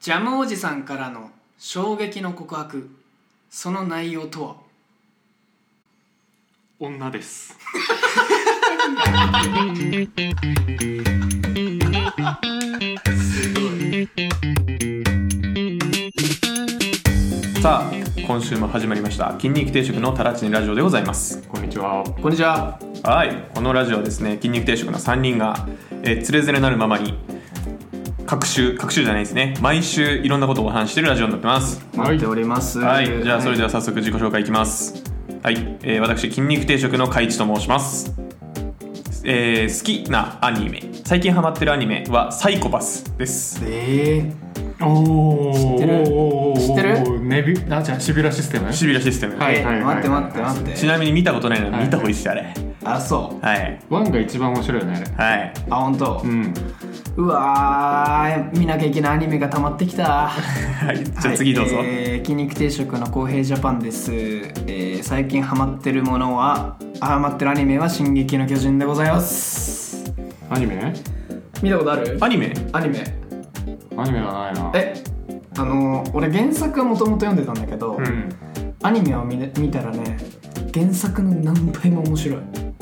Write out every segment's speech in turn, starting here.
ジャムおじさんからの衝撃の告白その内容とは女ですさあ今週も始まりました筋肉定食のタラチネラジオでございますこんにちはこんにちははいこのラジオはですね筋肉定食の3人がえーつれづれなるままに各週各週じゃないですね毎週いろんなことをお話ししてるラジオになってます待っておりますはいじゃあそれではは早速自己紹介いきますはい、えー私筋肉定食の海地と申しますえー好きなアニメ最近ハマってるアニメは「サイコパス」ですいえーおお知ってる知ってるネビあじゃあシビラシステムシビラシステム、はいえ待って待って待ってちなみに見たことないのにはい見た方がいいっすよあれあそうはいワンが一番面白いよねあれはいあ本当、うんうわー見なきゃいけないアニメが溜まってきたはいじゃあ次どうぞ、はいえー筋肉定食の公平ジャパンです、えー最近ハマってるものはあハマってるアニメは「進撃の巨人」でございますアニメ見たことあるアニメアニメアニメはないなえあの俺原作はもともと読んでたんだけど、うんアニメを見れ見たらね原作の何倍も面白い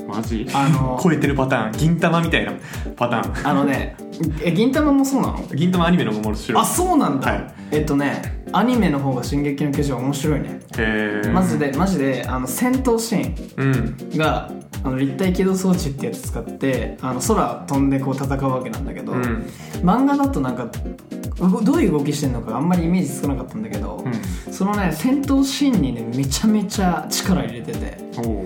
マジあ の超えてるパターン銀玉みたいなパターンあのねえ銀玉もそうなの銀玉アニメの方も面白いあそうなんだ、はいえっとねアニメの方が「進撃の巨人」は面白いねへえマジでマジであの戦闘シーうんンがあの立体起動装置ってやつ使ってあの空飛んでこう戦うわけなんだけど、うん漫画だとなんかうごどういう動きしてるのかあんまりイメージつかなかったんだけど、うそのね戦闘シーンにねめちゃめちゃ力入れててんお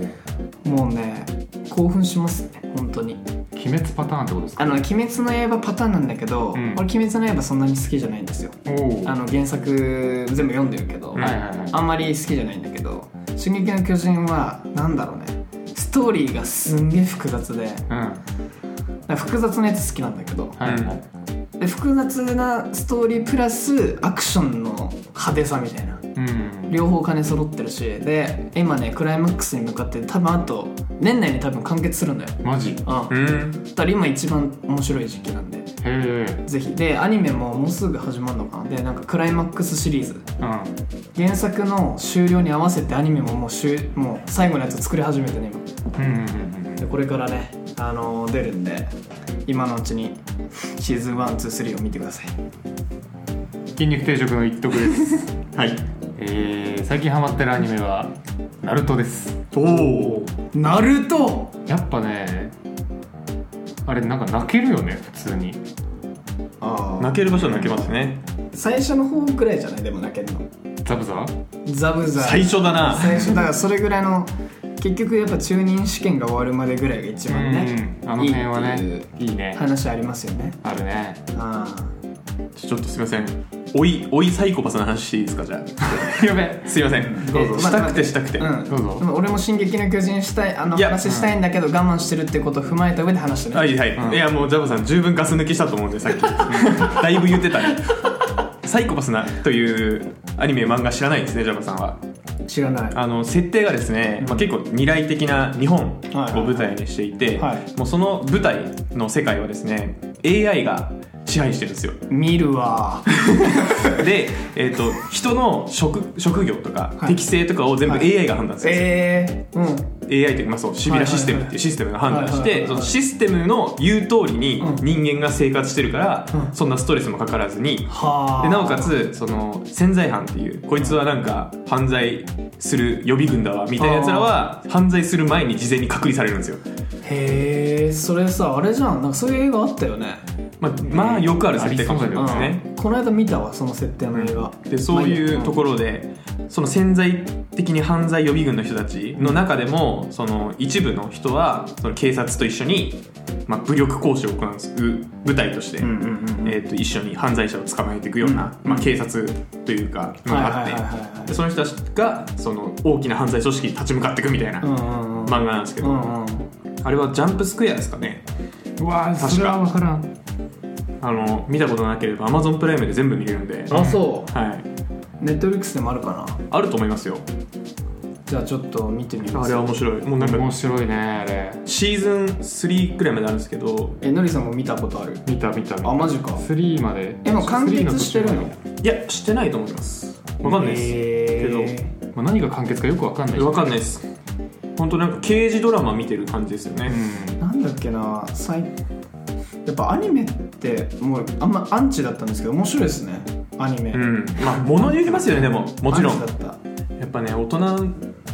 おもうね興奮しますね本当に鬼滅パターンってことですかあの「鬼滅の刃」パターンなんだけど、うん俺「鬼滅の刃」そんなに好きじゃないんですよおおあの原作全部読んでるけど、うんはいはいはいあんまり好きじゃないんだけど「進撃の巨人」はなんだろうねストーリーがすんげえ複雑でうんなんか複雑なやつ好きなんだけどはいはいで複雑なストーリープラスアクションの派手さみたいなうん両方金揃ってるしで今ねクライマックスに向かって多分あと年内に多分完結するんだよ、マジへうん、うんだから今一番面白い時期なんでえぜひでアニメももうすぐ始まるのかなでなんかクライマックスシリーズうん原作の終了に合わせてアニメももう終もう最後のやつ作り始めてね今うんうんうんうんでこれからね、あのー出るんで今のうちにシーズン123を見てください筋肉定食の一徳です はいえー、最近ハマってるアニメは「ナルトですおおナルトやっぱねあれなんか泣けるよね普通に泣ける場所は泣けますね最初の方くらいじゃないでも泣けるのザブザブザブザ最初だな最初だからそれぐらいの結局やっぱ中任試験が終わるまでぐらいが一番ねうんあの辺はねいいいっいていうね話ありますよねあるねああちょっとすいませんおいおいサイコパスの話していいですかじゃ やべあすいませんどうぞえしたくてしたくてうん、どうぞでも俺も「進撃の巨人」したいあのいや話したいんだけど我慢してるってことを踏まえた上で話してね、はいはい、うんいやもうジャブさん十分ガス抜きしたと思うんでさっ きだいぶ言ってたねサイコパスなというアニメ漫画知らないんですねジャブさんは知らないあの設定がですね、まあ、結構未来的な日本はいを舞台にしていて、はいもうその舞台の世界はですね AI が支配してるんですよ見る わで、えー、と人の職職業とかはい適性とかを全部はい AI が判断するんですよ、えー、うん AI というか、まあ、そうシビラシステムっていうシステムが判断しはいはいはいてはいそのシステムの言う通りにうん人間が生活してるから、うんそんなストレスもかからずにはあでなおかつその潜在犯っていうこいつはなんか犯罪する予備軍だわみたいなやつらは犯罪する前に事前に隔離されるんですよ、へえそれさあれじゃんなんかそういう映画あったよね、まあ、まあよくある設定かもしれそなういあでりすね、この間見たわその設定の映画、でそういうところろでその潜在的に犯罪予備軍の人たちの中でもその一部の人はその警察と一緒に、まあ、武力行使を行うんですう部隊として、うんうんうんうんえー、と一緒に犯罪者を捕まえていくような、うんまあ、警察というかのがあって、はいはいはいはいでその人たちがその大きな犯罪組織に立ち向かっていくみたいなうん漫うんうん画なんですけうど、んうんあれはジャンプスクエアですかねうわー確かそれは分からんあの見たことなければ Amazon プライムで全部見れるんで、あそはうい、ネットフリックスでもあるかあると思いますよじゃあちょっと見てみまあすれは面白いもうなん面か白いねあれシーズン3くらいまであるんですけどえのりさんも見たことある見た見た見たあマジか3までえもう完結してるの3途中まで見いやしてないと思いますわかんないです、えけどたまあ何が完結かよくわかんないわかんいないです本当なんか刑事ドラマ見てる感じですよね、なんだっけな最やっぱアニメってもうあんまアンチだったんですけど面白いですねアニメ、うん、まあ物によりますよねでももちろんアンチだっやっぱね大人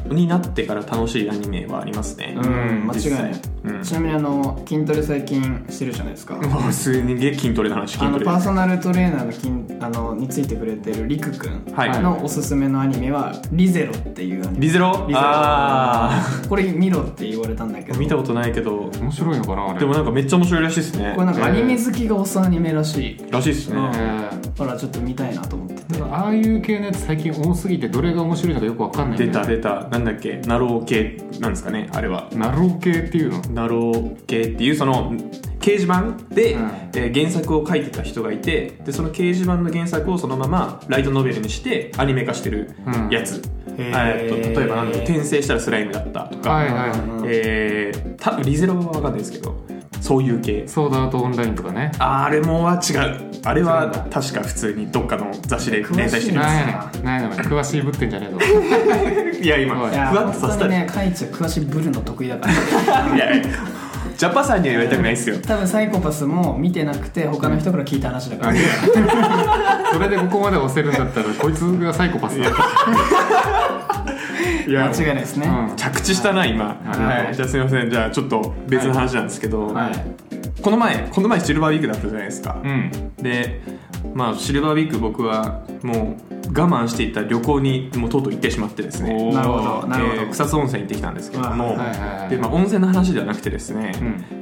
になってから楽しいアニメはありますねたうん間違い実な際い、うんちなみにあの筋トレ最近してるじゃないですかもうすげえ筋トレの話あ筋トのレパーソナルトレーナーの筋あのについてくれてるりくくんはいのおすすめのアニメは「リゼロ」っていうアニメリゼロリゼロあこれ見ろって言われたんだけあど見たことないけど面白いのかなあれでもなんかめっちゃ面白いらしいですねこれなんかアニメ好きが推すアニメらしいらしいですね、うんえーからちょっと見たいなと思っててなんかああいう系のやつ最近多すぎてどれが面白いのかよくわかんないんだ出よた出たなんだっけナロー系なんですかねあれはナロー系っていうのナロー系っていうその掲示板で、うんえー原作を書いてた人がいてでその掲示板の原作をそのままライトノベルにしてアニメ化してるやつ、へーえーっと例えばなんだろう転生したらスライムだったとか、はいはいうんえー、多分リゼロは分かんないですけどそういう系ソードアートオンラインとかねあれもは違うあれ違うんはだ確か普通にどっかの雑誌で連載してる詳なんしやねんなんやねん詳しいぶってんじゃねえぞいや今ふおいいやわっとさ本せ当たにらねカイチは詳しいブルの得意だからいやいやジャパさんには言われたくないですよ 多分サイコパスも見てなくて他の人から聞いた話だから、それでここまで押せるんだったらこいつがサイコパスだいや間違いないですね、うん着地したな今、はいはい、じゃあすいませんじゃあちょっと別の話なんですけど、はいこの前この前シルバーウィークだったじゃないですかう、んでまあシルバーウィーク僕はもう我慢していた旅行にもうとうとう行ってしまってですねおーなるほどなるほどえー草津温泉行ってきたんですけども、はいはいはいでまあ、温泉の話ではなくてですね、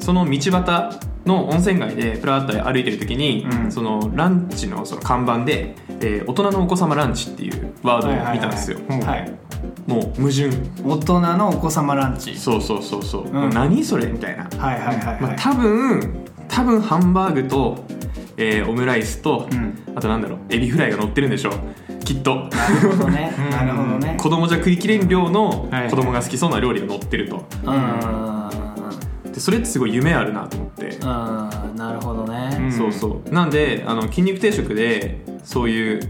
その道端の温泉街でプラーッと歩いてる時に、うんそのランチのその看板で、えー大人のお子様ランチ」っていうワードを見たんですよ、はいはいもう矛盾大人のお子様ランチそうそうそうそう、んもう何それみたいな、はいはいはいまはあ、い、多分多分ハンバーグと、えーオムライスと、うんあとなんだろうエビフライが乗ってるんでしょうきっとなるほどねんなるほどね子供じゃ食いきれん量のはい子供が好きそうな料理が乗ってるとうんうでそれってすごい夢あるなと思って、んなるほどうねんそうそうなんであの筋肉定食でそういう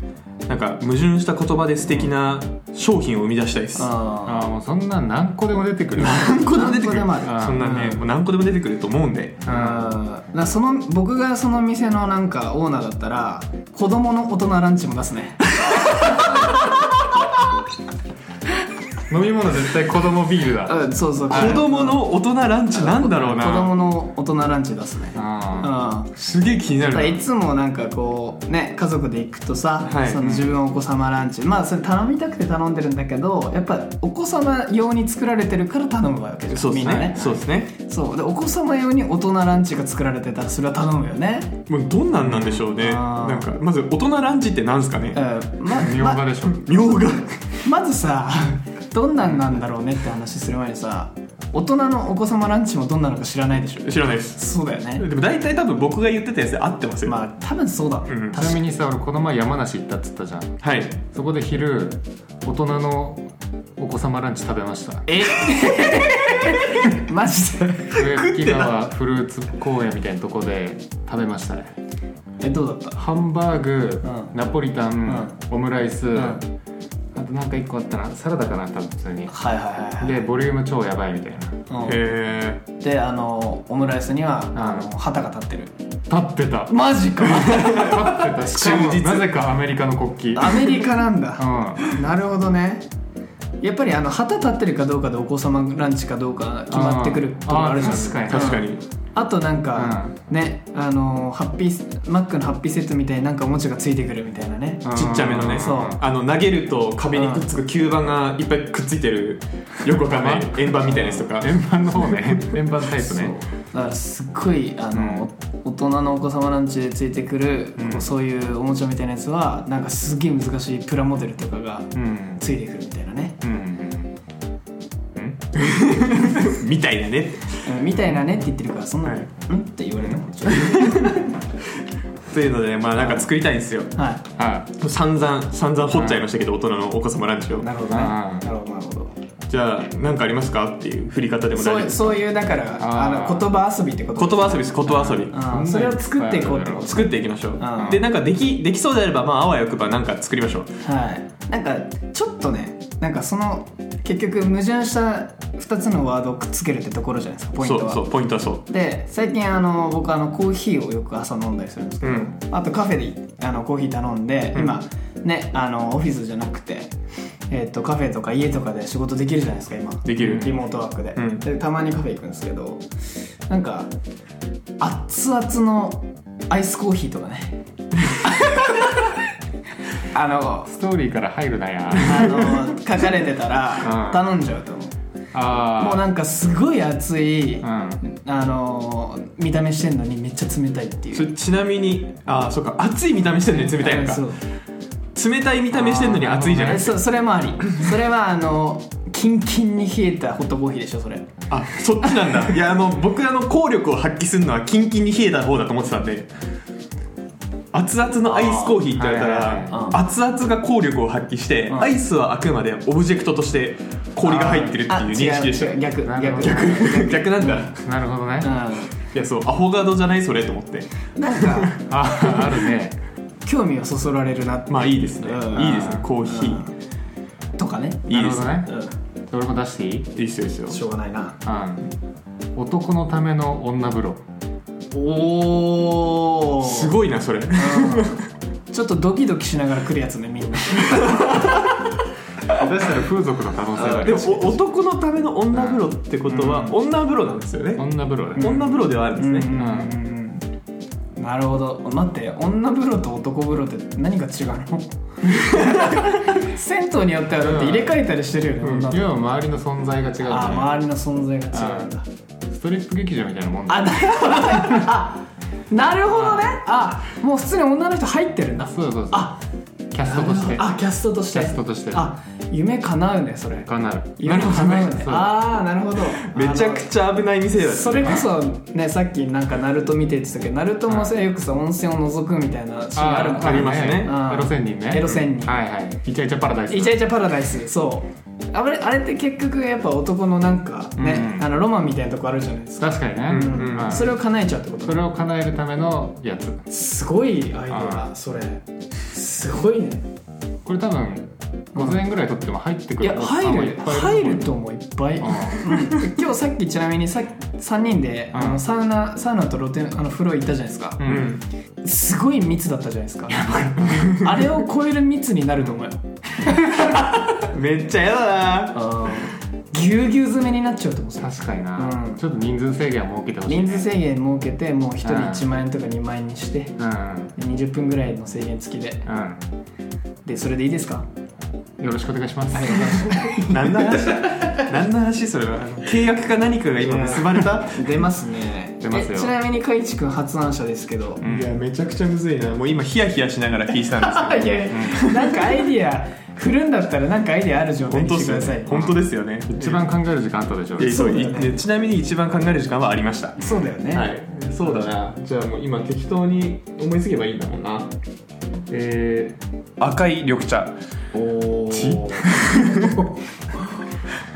なんか矛盾した言葉で素敵な商品を生み出したいですあああもうそんなん何個でも出てくる何個でも出てくる何個でもあるそんなんねうんもう何個でも出てくると思うんであうん、だからその僕がその店のなんかオーナーだったら子供の大人ランチも出す ね飲み物絶対子供ビールだうんそうそう子供の大人ランチなんだろう子供なの大人ランチ出すねうんあだすげえ気になるかならいつもなんかこうね家族で行くとさ、はいその自分のお子様ランチまあそれ頼みたくて頼んでるんだけどやっぱお子様用に作られてるから頼むわけですそうでみんすなねねそうですねそうでお子様用に大人ランチが作られてたらそれは頼むよねもうどんなんなんでしょうねあーなんかまず大人ランチってなんですかねうんまあみょうがまでしょみょうがまずさどんなんなんだろうねって話する前にさ大人のお子様ランチもどんなのか知らないでしょ知らないですそうだよねでも大体多分僕が言ってたやつで合ってますよ、まあ多分そうだ、ろううんちなみにさ俺この前山梨行ったっつったじゃんはいそこで昼大人のお子様ランチ食べましたえマジで上吹川フルーツ公園みたいなとこで食べましたねえどうだったハンバーグ、うナポリタン、オムライス、んあとなんか一個あったなサラダかな多分普通にはいはいはいはいでボリューム超やばいみたいなうんへえであのオムライスにはんあの旗が立ってる立ってた立ってマジか たしかも忠実なぜかアメリカの国 旗アメリカなんだうんなるほどねやっぱりあの旗立ってるかどうかでお子様ランチかどうか決まってくるとこあるじゃんあー確かに確かに、あとなんか、ねあのハッピーマックのハッピーセットみたいになんかおもちゃがついてくるみたいなね、うんちっちゃめのねそうあの投げると壁にくっつく吸盤がいっぱいくっついてるよくわかんない円盤みたいなやつとか円盤の方ね 円盤タイプそうねだからすっごいあの、大人のお子様ランチでついてくる、こうそういうおもちゃみたいなやつはなんかすげえ難しいプラモデルとかがうんついてくるみたいなね、うんうんみたいなねうんみたいなねって言ってるからそんな、はいんって言われてもちょっというのでまあなんか作りたいんですよとははい散々散々掘っちゃいましたけど大人のお子様ランチをいなるほどねあなーるほどなるほどじゃあ何かありますかっていう振り方でも大丈そ夫うですそういうだからああーの言葉遊びってこと言葉遊びです言葉遊びうんそれを作っていこうってこと作っていきましょううんでなんかできできそうであればまああわよくばなんか作りましょうはいなんかちょっとねなんかその結局矛盾した2つのワードをくっつけるってところじゃないですかポイントはそうそうポイントはそで最近あの僕あのコーヒーをよく朝飲んだりするんですけうど、うんあとカフェであのコーヒー頼んで、うん今ねあのオフィスじゃなくて、えっとカフェとか家とかで仕事できるじゃないですか今できるリモートワークで,、うんでたまにカフェ行くんですけどなんか熱々のアイスコーヒーとか ねあのストーリーから入るなやあの書かれてたらうん頼んじゃうと思う、もうあなんかすごい熱い、あうんあのー見た目してんのにめっちゃ冷たいっていうそれちなみにああそうか熱い見た目してんのに冷たいのあかそう冷たい見た目してんのに熱いじゃないえですかそそれもありそれはあのキンキンに冷えたホットコーヒーでしょそれあそっちなんだいやあの僕あの効力を発揮するのはキンキンに冷えた方だと思ってたんで熱々のアイスコーヒーって言われたあーはいはいはらい熱々が効力を発揮してうんアイスはあくまでオブジェクトとして氷が入ってるっていうあ認違う識でし違う逆な逆るほど逆た逆なんだなるほどねいやそうアフォガードじゃないそれと思ってうんなんかああるね興味をそそられるなってまあいいですねうんいいですねコーヒーとかねいいですなるねほどね俺も出していいいいですよいいですしよょうがないなうん男のための女風呂おおすごいなそれちょっとドキドキしながら来るやつねみんな下手したら風俗の可能性があでるもお男のための女風呂ってことはうん女風呂なんですよね女風呂だね女風呂ではあるんですね、うんうんうんなるほど待って女風呂と男風呂って何が違うの 銭湯によってはだって入れ替えたりしてるよね、うこんんなの要は周りの存在が違うじあゃない周りの存在が違うんだストリップ劇場みたいなもんだあなるほどねあなるほどねあもう普通に女の人入ってるんだそうそうそうあキャストとしてあキャストとしキてャストとしてあ夢叶うねそれかなる夢叶うねそうああなるほどめちゃくちゃ危ない店だあのそれこそねさっきなんかナルト見てって言ってたけどナルトもさよくさ温泉を覗くみたいなシーンあるもんーありますねうんエロ仙人ねエロ仙人はいはいイチャイチャパラダイスイチャイチャパラダイスそうあれあれって結局やっぱ男のなんかね、うんあのロマンみたいなとこあるじゃないですか、確かにねううんんそれを叶えちゃうってことそれを叶えるためのやつすごいアイデアそれすごいねこれ多分50円ぐらい取っても入ってくいるや入る入ると思思ういっぱい、ううん 今日さっきちなみにさ3人で、うんあのサウナサウナと露天あの風呂行ったじゃないですかう、うんん、すごい密だったじゃないですかあれを超える密になると思うよめっちゃやだなぎゅうぎゅう詰めになっちゃうと思うそれ確かにな、うんちょっと人数制限は設けてほしい、ね、人数制限設けてもう1人うん1万円とか2万円にしてでうん20分ぐらいの制限付きででそれでいいですかうんよろしくお願いします、何の話何の話それはあの契約か何かが今結ばれた 出ますね出ますよえちなみにかいちくん発案者ですけど、うんいやめちゃくちゃむずいなもう今ヒヤヒヤしながら聞いてたんですあいやいやなんかアイディア振るんだったらなんかアイディアある状けど態 本に当してですくよださいね 本当ですよね一番考える時間あったでしょいやそうそうだよねいちなみに一番考える時間はありましたそうだよね、はいそうだなじゃあもう今適当に思いつけばいいんだもんなえー、赤い緑茶おおち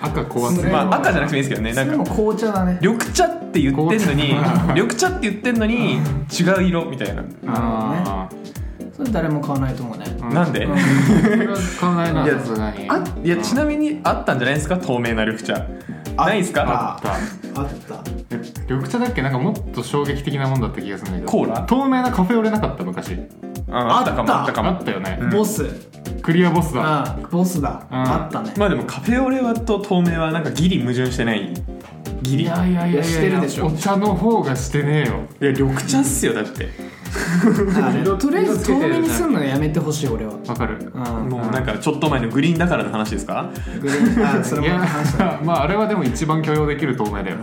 赤高圧それまは あ赤じゃなくてもいいですけどねそなんれもか紅茶だね緑茶って言 ってんのに紅茶緑茶って言ってんのに違 う色みたいなあそれ誰も買わないと思うねあ、なんで、それは買わないないやさすがにあいやちなみにあったんじゃないですか透明な緑茶ないですかああったあったえ緑茶だっけなんかもっと衝撃的なもんだった気がするんだけどコーラ透明なカフェオレなかった昔うんあったあかもったあったかあもったよね、うんボスクリアボスだあボスだうんあったねまあでもカフェオレはと透明はなんかギリ矛盾してないギリいやいやいいやいややしてるでしょお茶の方がしてねえよいや緑茶っすよだってあれ色とりあえず透色つけてる明にねすんのやめてほしい俺はわかるうんもうなんかちょっと前のグリーンだからの話ですかグリーンあそいれもや話した まああれはでも一番許容できる透 明だよ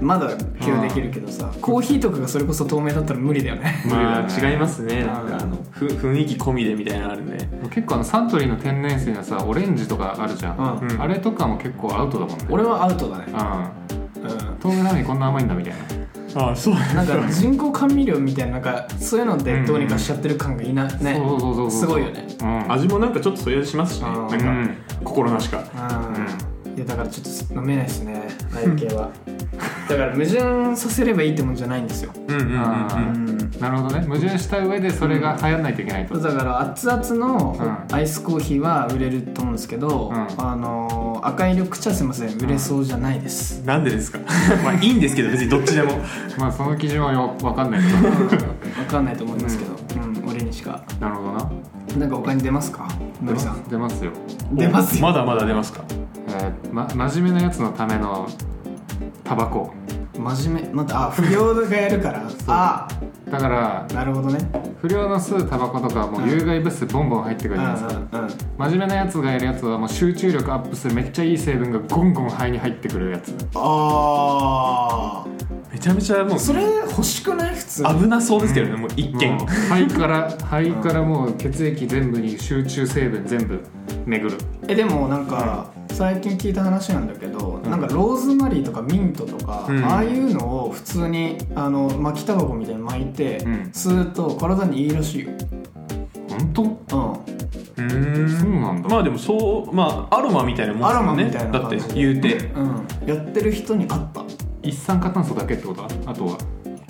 まだ共有できるけどさコーヒーとかがそれこそ透明だったら無理だよねまあ違いますねうんなんかあのふ雰囲気込みでみたいなのあるね結構あのサントリーの天然水のさオレンジとかあるじゃん、うんあれとかも結構アウトだもんね俺はアウトだねうんうん透明なのにこんな甘いんだみたいなああそうなんか人工甘味料みたいななんかそういうのでどうにかしちゃってる感がいなねそうそうそうそうすごいよねうん味もなんかちょっとそういう味しますしねあなーんか心なしかうんいやだからちょっと飲めないですね内系は だから矛盾させればいいってもんじゃないんですようんうんうんあうんなるほどね矛盾した上でそれが流行んないといけないと、だから熱々のうんアイスコーヒーは売れると思うんですけど、うんあのー赤い緑茶はすいません売れそうじゃないです、うんなんでですか まあいいんですけど別にどっちでもまあその基準はよ分かんないけど分かんないと思いますけど、うん俺にしかなるほどななんか他に出ますかのりさん出ますよ出ますよまだまだ出ますかえーま、真面目なやつのためのタバコ真面目またあ不良がやるから あだからなるほどね不良の吸うタバコとかはもう有害物質ボンボン入ってくうるんじうゃんなういですかん真面目なやつがやるやつはもう集中力アップするめっちゃいい成分がゴンゴン肺に入ってくるやつあめちゃめちゃもうあそれ欲しくない普通に危なそうですけどね、もう一見もう肺から肺からもう血液全部に集中成分全部巡るえでもなんか最近聞いた話なんだけど、なんかローズマリーとかミントとか、うんああいうのを普通にあの巻きタバコみたいに巻いて、うん吸うと体にいいらしいよ、本当ううそうんなんだ、まあでもそうまあアロマみたいなもんですよねアロマみたいなだっ感てじ言うてんうん、やってる人に合った一酸化炭素だけってことはあとは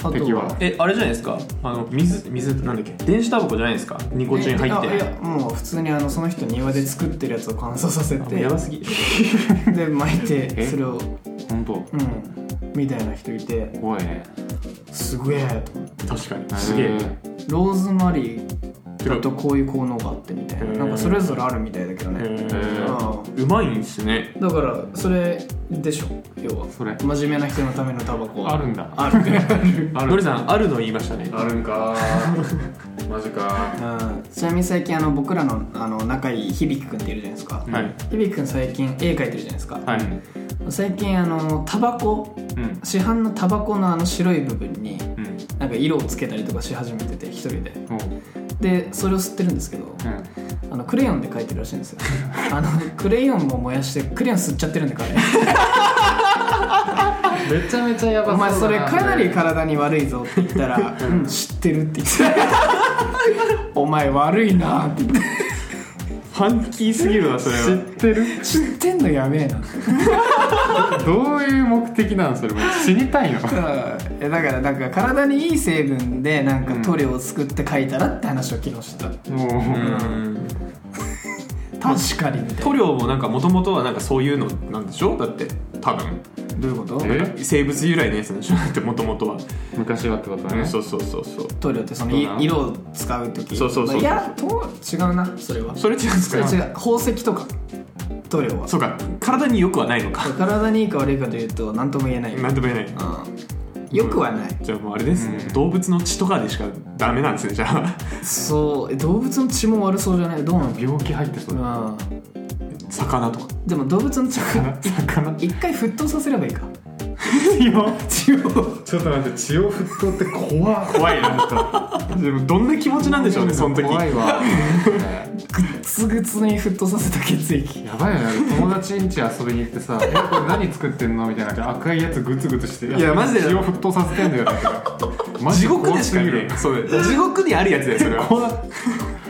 あ敵はえあれじゃないですかあの水水なんだっけ電子タバコじゃないですかニコチン入っえいやいてやもう普通にあのその人庭で作ってるやつを乾燥させあやばてすぎ で巻いてえそれを本当うんみたいな人いて怖いねすげえと思って確かにすげえローズマリーだとこういう効能があってみたいへなーなんかそれぞれあるみたいだけどね、ーうまいんですねだからそれでしょ要はそれ真面目な人のためのタバコはあるんだあるあのりさんあるの言いましたねある んかマジかうんちなみに最近あの僕らのあの仲いい響くんっているじゃないですか、うんはい響くん最近絵描いてるじゃないですか、はい最近あのタバコうん市販のタバコのあの白い部分にうんなんか色をつけたりとかし始めてて一人でおうでそれを吸ってるんですけどうあのクレヨンで描いてるらしいんです よあのクレヨンも燃やしてクレヨン吸っちゃってるんで彼んめちゃめちゃやばお前それかなりか体に悪いぞって言ったら「うん知ってる」って言 って「お前悪いな」って言ってファンキーすぎるわそれ知っはてる「知ってんのやべえな」どういう目的なのそれもう死にたいのうんえだからなんか体にいい成分でなんか塗料を作って書いたらって話を昨日してたもううん確かにみたい塗料もなんかもともとはなんかそういうのなんでしょだって多分などういうことえ生物由来のやつなんでしょだってもともとは昔はってことうねんそうそうそうそう塗料ってそのそういなの色を使う時そうそうそういやと違うなそれはそれ違うんですそれか違う宝石とか塗料はそうか体に良くはないのか体にいいか悪いかというと何とも言えない、うんなんとも言えない、よくはないじゃあもうあれですね、うん動物の血とかでしかダメなんですねじゃあ そうえ動物の血も悪そうじゃないどうなん病気入ってそうだう魚とかんでも動物の 血は魚一回沸騰させればいいか血をちょっと待って血を沸騰って怖怖いなちょっとでもどんな気持ちなんでしょうねその時怖いわグツグツに沸騰させた血液やばいよね友達ん家遊びに行ってさ「え これ何作ってんの?」みたいな赤いやつグツグツしていやマジで血を沸騰させてんだよねマ 地ジ獄でしか怖すぎねるそう地獄にあるやつだよそれは 怖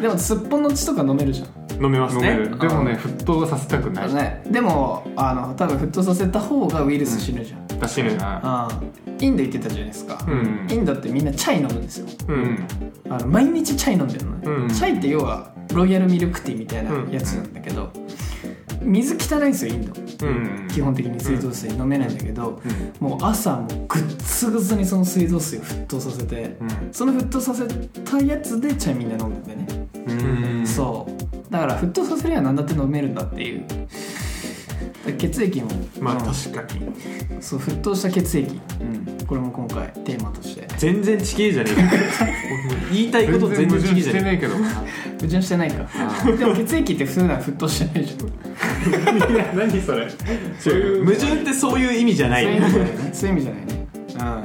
でもすっぽんの血とか飲めるじゃ飲めます飲めねるでもね沸騰させたくないん、ね、でもあの多分沸騰させた方がウイルス死ぬじゃん、だしねなああインド行ってたじゃないですか、うんインドってみんなチャイ飲むんですよううんんあの毎日チャイ飲んでるのね、うんチャイって要はロイヤルミルクティーみたいなやつなんだけど、水汚いんですよインドうん基本的に水道水飲めないんだけど、もう朝もうぐっつぐつにその水道水を沸騰させて、うんその沸騰させたやつでチャイみんな飲んでてね、うんそうだから沸騰させりゃ何だって飲めるんだっていうだから血液もまあうん確かにそう沸騰した血液うんこれも今回テーマとして全然地形じゃ ねえか言いたいこと全全然然矛地形じ盾しゃてねねえけど矛盾してないかでも血液って普段沸騰してないじゃんいや何それえ矛盾ってそういう意味じゃないそういう意味じゃないねそういう意味じゃないね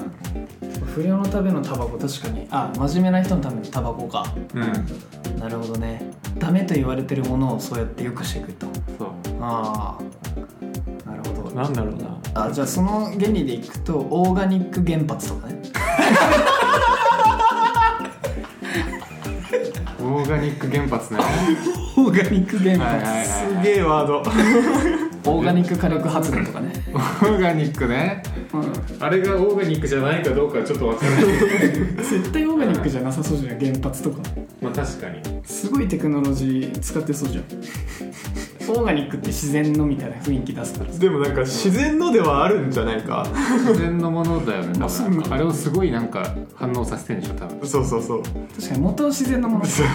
うん不良のためのタバコ確かにあ真面目な人のためのタバコかうんなるほどねダメと言われてるものをそうやって良くしていくとそうああなるほどなんだろうなあじゃあその原理でいくとオーガニック原発とかねオーガニック原発ねオーガニック原はいはいはい発すげえワードオーガニック火力発電とかね、オーガニックねうん、あれがオーガニックじゃないかどうかはちょっとわからないけど絶対オーガニックじゃなさそうじゃん原発とかまあ確かにすごいテクノロジー使ってそうじゃ んオーガニックって自然のみたいな雰囲気出すからさでもなんか自然のではあるんじゃないか自然のものだよね多そうな分のあれをすごいなんか反応させてるんでしょ多分そうそうそう確かに元は自然のものそう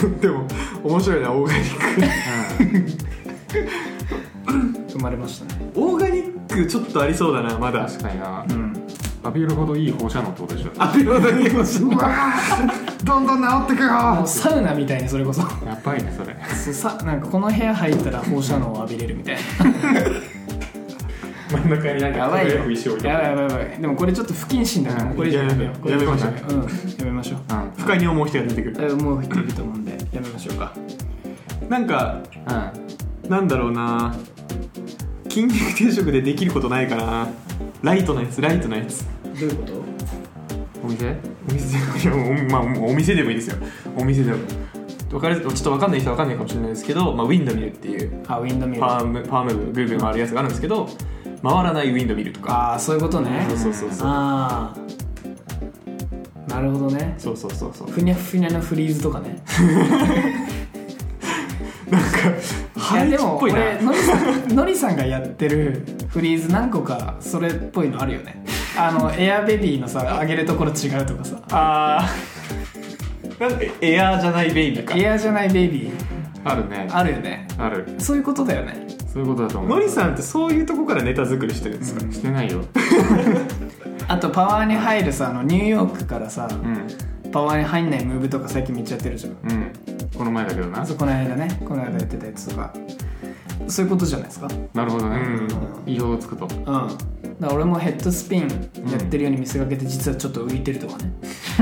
そうでも面白いなオーガニッ生まれましたねクオーガニックちょっとありそうだなまだ確かになうん浴びるほどいい放射能ってことでしょありがとうございますうわーどんどん治ってくよもうサウナみたいにそれこそやばいねそれそうさなんかこの部屋入ったら放射能を浴びれるみたい真ん中になんな やばいよやばい石置いてやばいやばいでもこれちょっと不謹慎だからうんもうこれ以上やめよやうめやめましょうこれ以上やめよううんやめましょううんうん不快に思う人が出てくだるいぶもう人いると思うんでやめましょうかなんかなんだろうな筋肉定食でできることないかなライトなやつライトなやつどういうことお店お店いやお,、まあ、お店でもいいですよお店でもわかるちょっとわかんない人はわかんないかもしれないですけど、まあ、ウィンドミルっていうあウィンドミルパームパームブグーグー回るやつがあるんですけど回らないウィンドミルとかああそういうことねそうそうそうそうああなるほどねそうそうそうそうふにゃふにゃのフリーズとかね なんかハイいやジっでもぽいな俺のりさん のりさんがやってるフリーズ何個かそれっぽいのあるよねあのエアベビーのさ上げるところ違うとかさあーなんかエアーじゃないベイビーかエアじゃないベイビーあるねあるよねあるそういうことだよねそういうことだと思うのりさんってそういうとこからネタ作りしてるんですか、してないよあとパワーに入るさあのニューヨークからさ、うんパワーに入んないムーブとか最近めっちゃやってるじゃんうんこの前だけどなあそうこの間ねこの間やってたやつとかそういうことじゃないですかなるほどねう意表をつくうとん、だから俺もヘッドスピンやってるように見せかけて実はちょっと浮いてるとか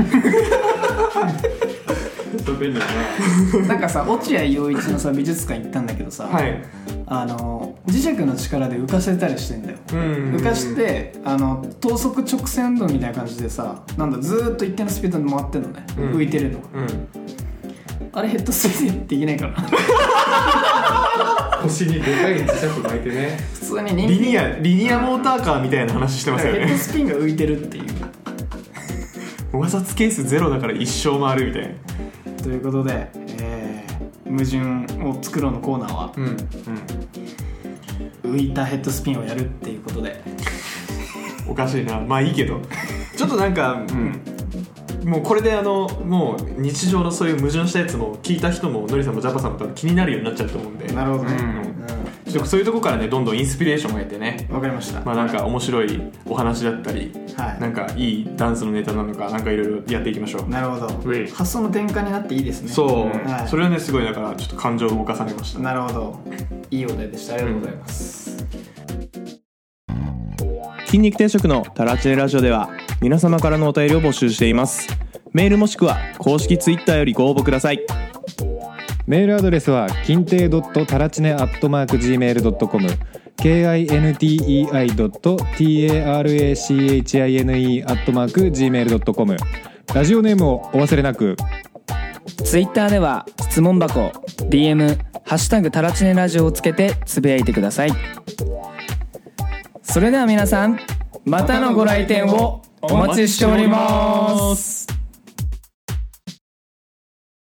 ね、便利だなんかさ落合陽一のさ美術館行ったんだけどさ、はいあの磁石の力で浮かせたりしてんだよ、うん浮かしてあの等速直線運動みたいな感じでさなんだずーっと一定のスピードで回ってんのね、うん浮いてるのがうんあれヘッドスピンできないから腰にでかい磁石巻いてね 普通に人リニアリニアモーターカーみたいな話して間ますよヘッドねスピンが浮いてるっていう摩擦ケースゼロだから一生回るみたいなということで、えー矛盾を作ろうのコーナーはうん浮いたヘッドスピンをやるっていうことでおかしいなまあいいけど ちょっとなんか、もうこれであのもう日常のそういう矛盾したやつも聞いた人ものりさんもジャパさんも多分気になるようになっちゃうと思うんでなるほどね、うんうんちょっとそういうとこからねどんどんインスピレーションを得てねわかりました。まあなんか面白いお話だったり、はいなんかいいダンスのネタなのかなんかいろいろやっていきましょう、なるほウェイど。発想の転換になっていいですね。そう、うんはいそれはねすごいだからちょっと感情を動かされましたなるほど。いいお題でした。ありがとうございます。筋肉定食のタラチネラジオでは皆様からのお便りを募集していますメールもしくは公式ツイッターよりご応募くださいメールアドレスは金亭ドットタラチネアットマーク gmail ドットコム k i n t e i ドット t a r a c h i n e アットマーク gmail ドットコムラジオネームをお忘れなく。ツイッターでは質問箱 DM「ハッシュタグタラチネラジオ」をつけてつぶやいてくださいそれでは皆さんまたのご来店をお待ちしております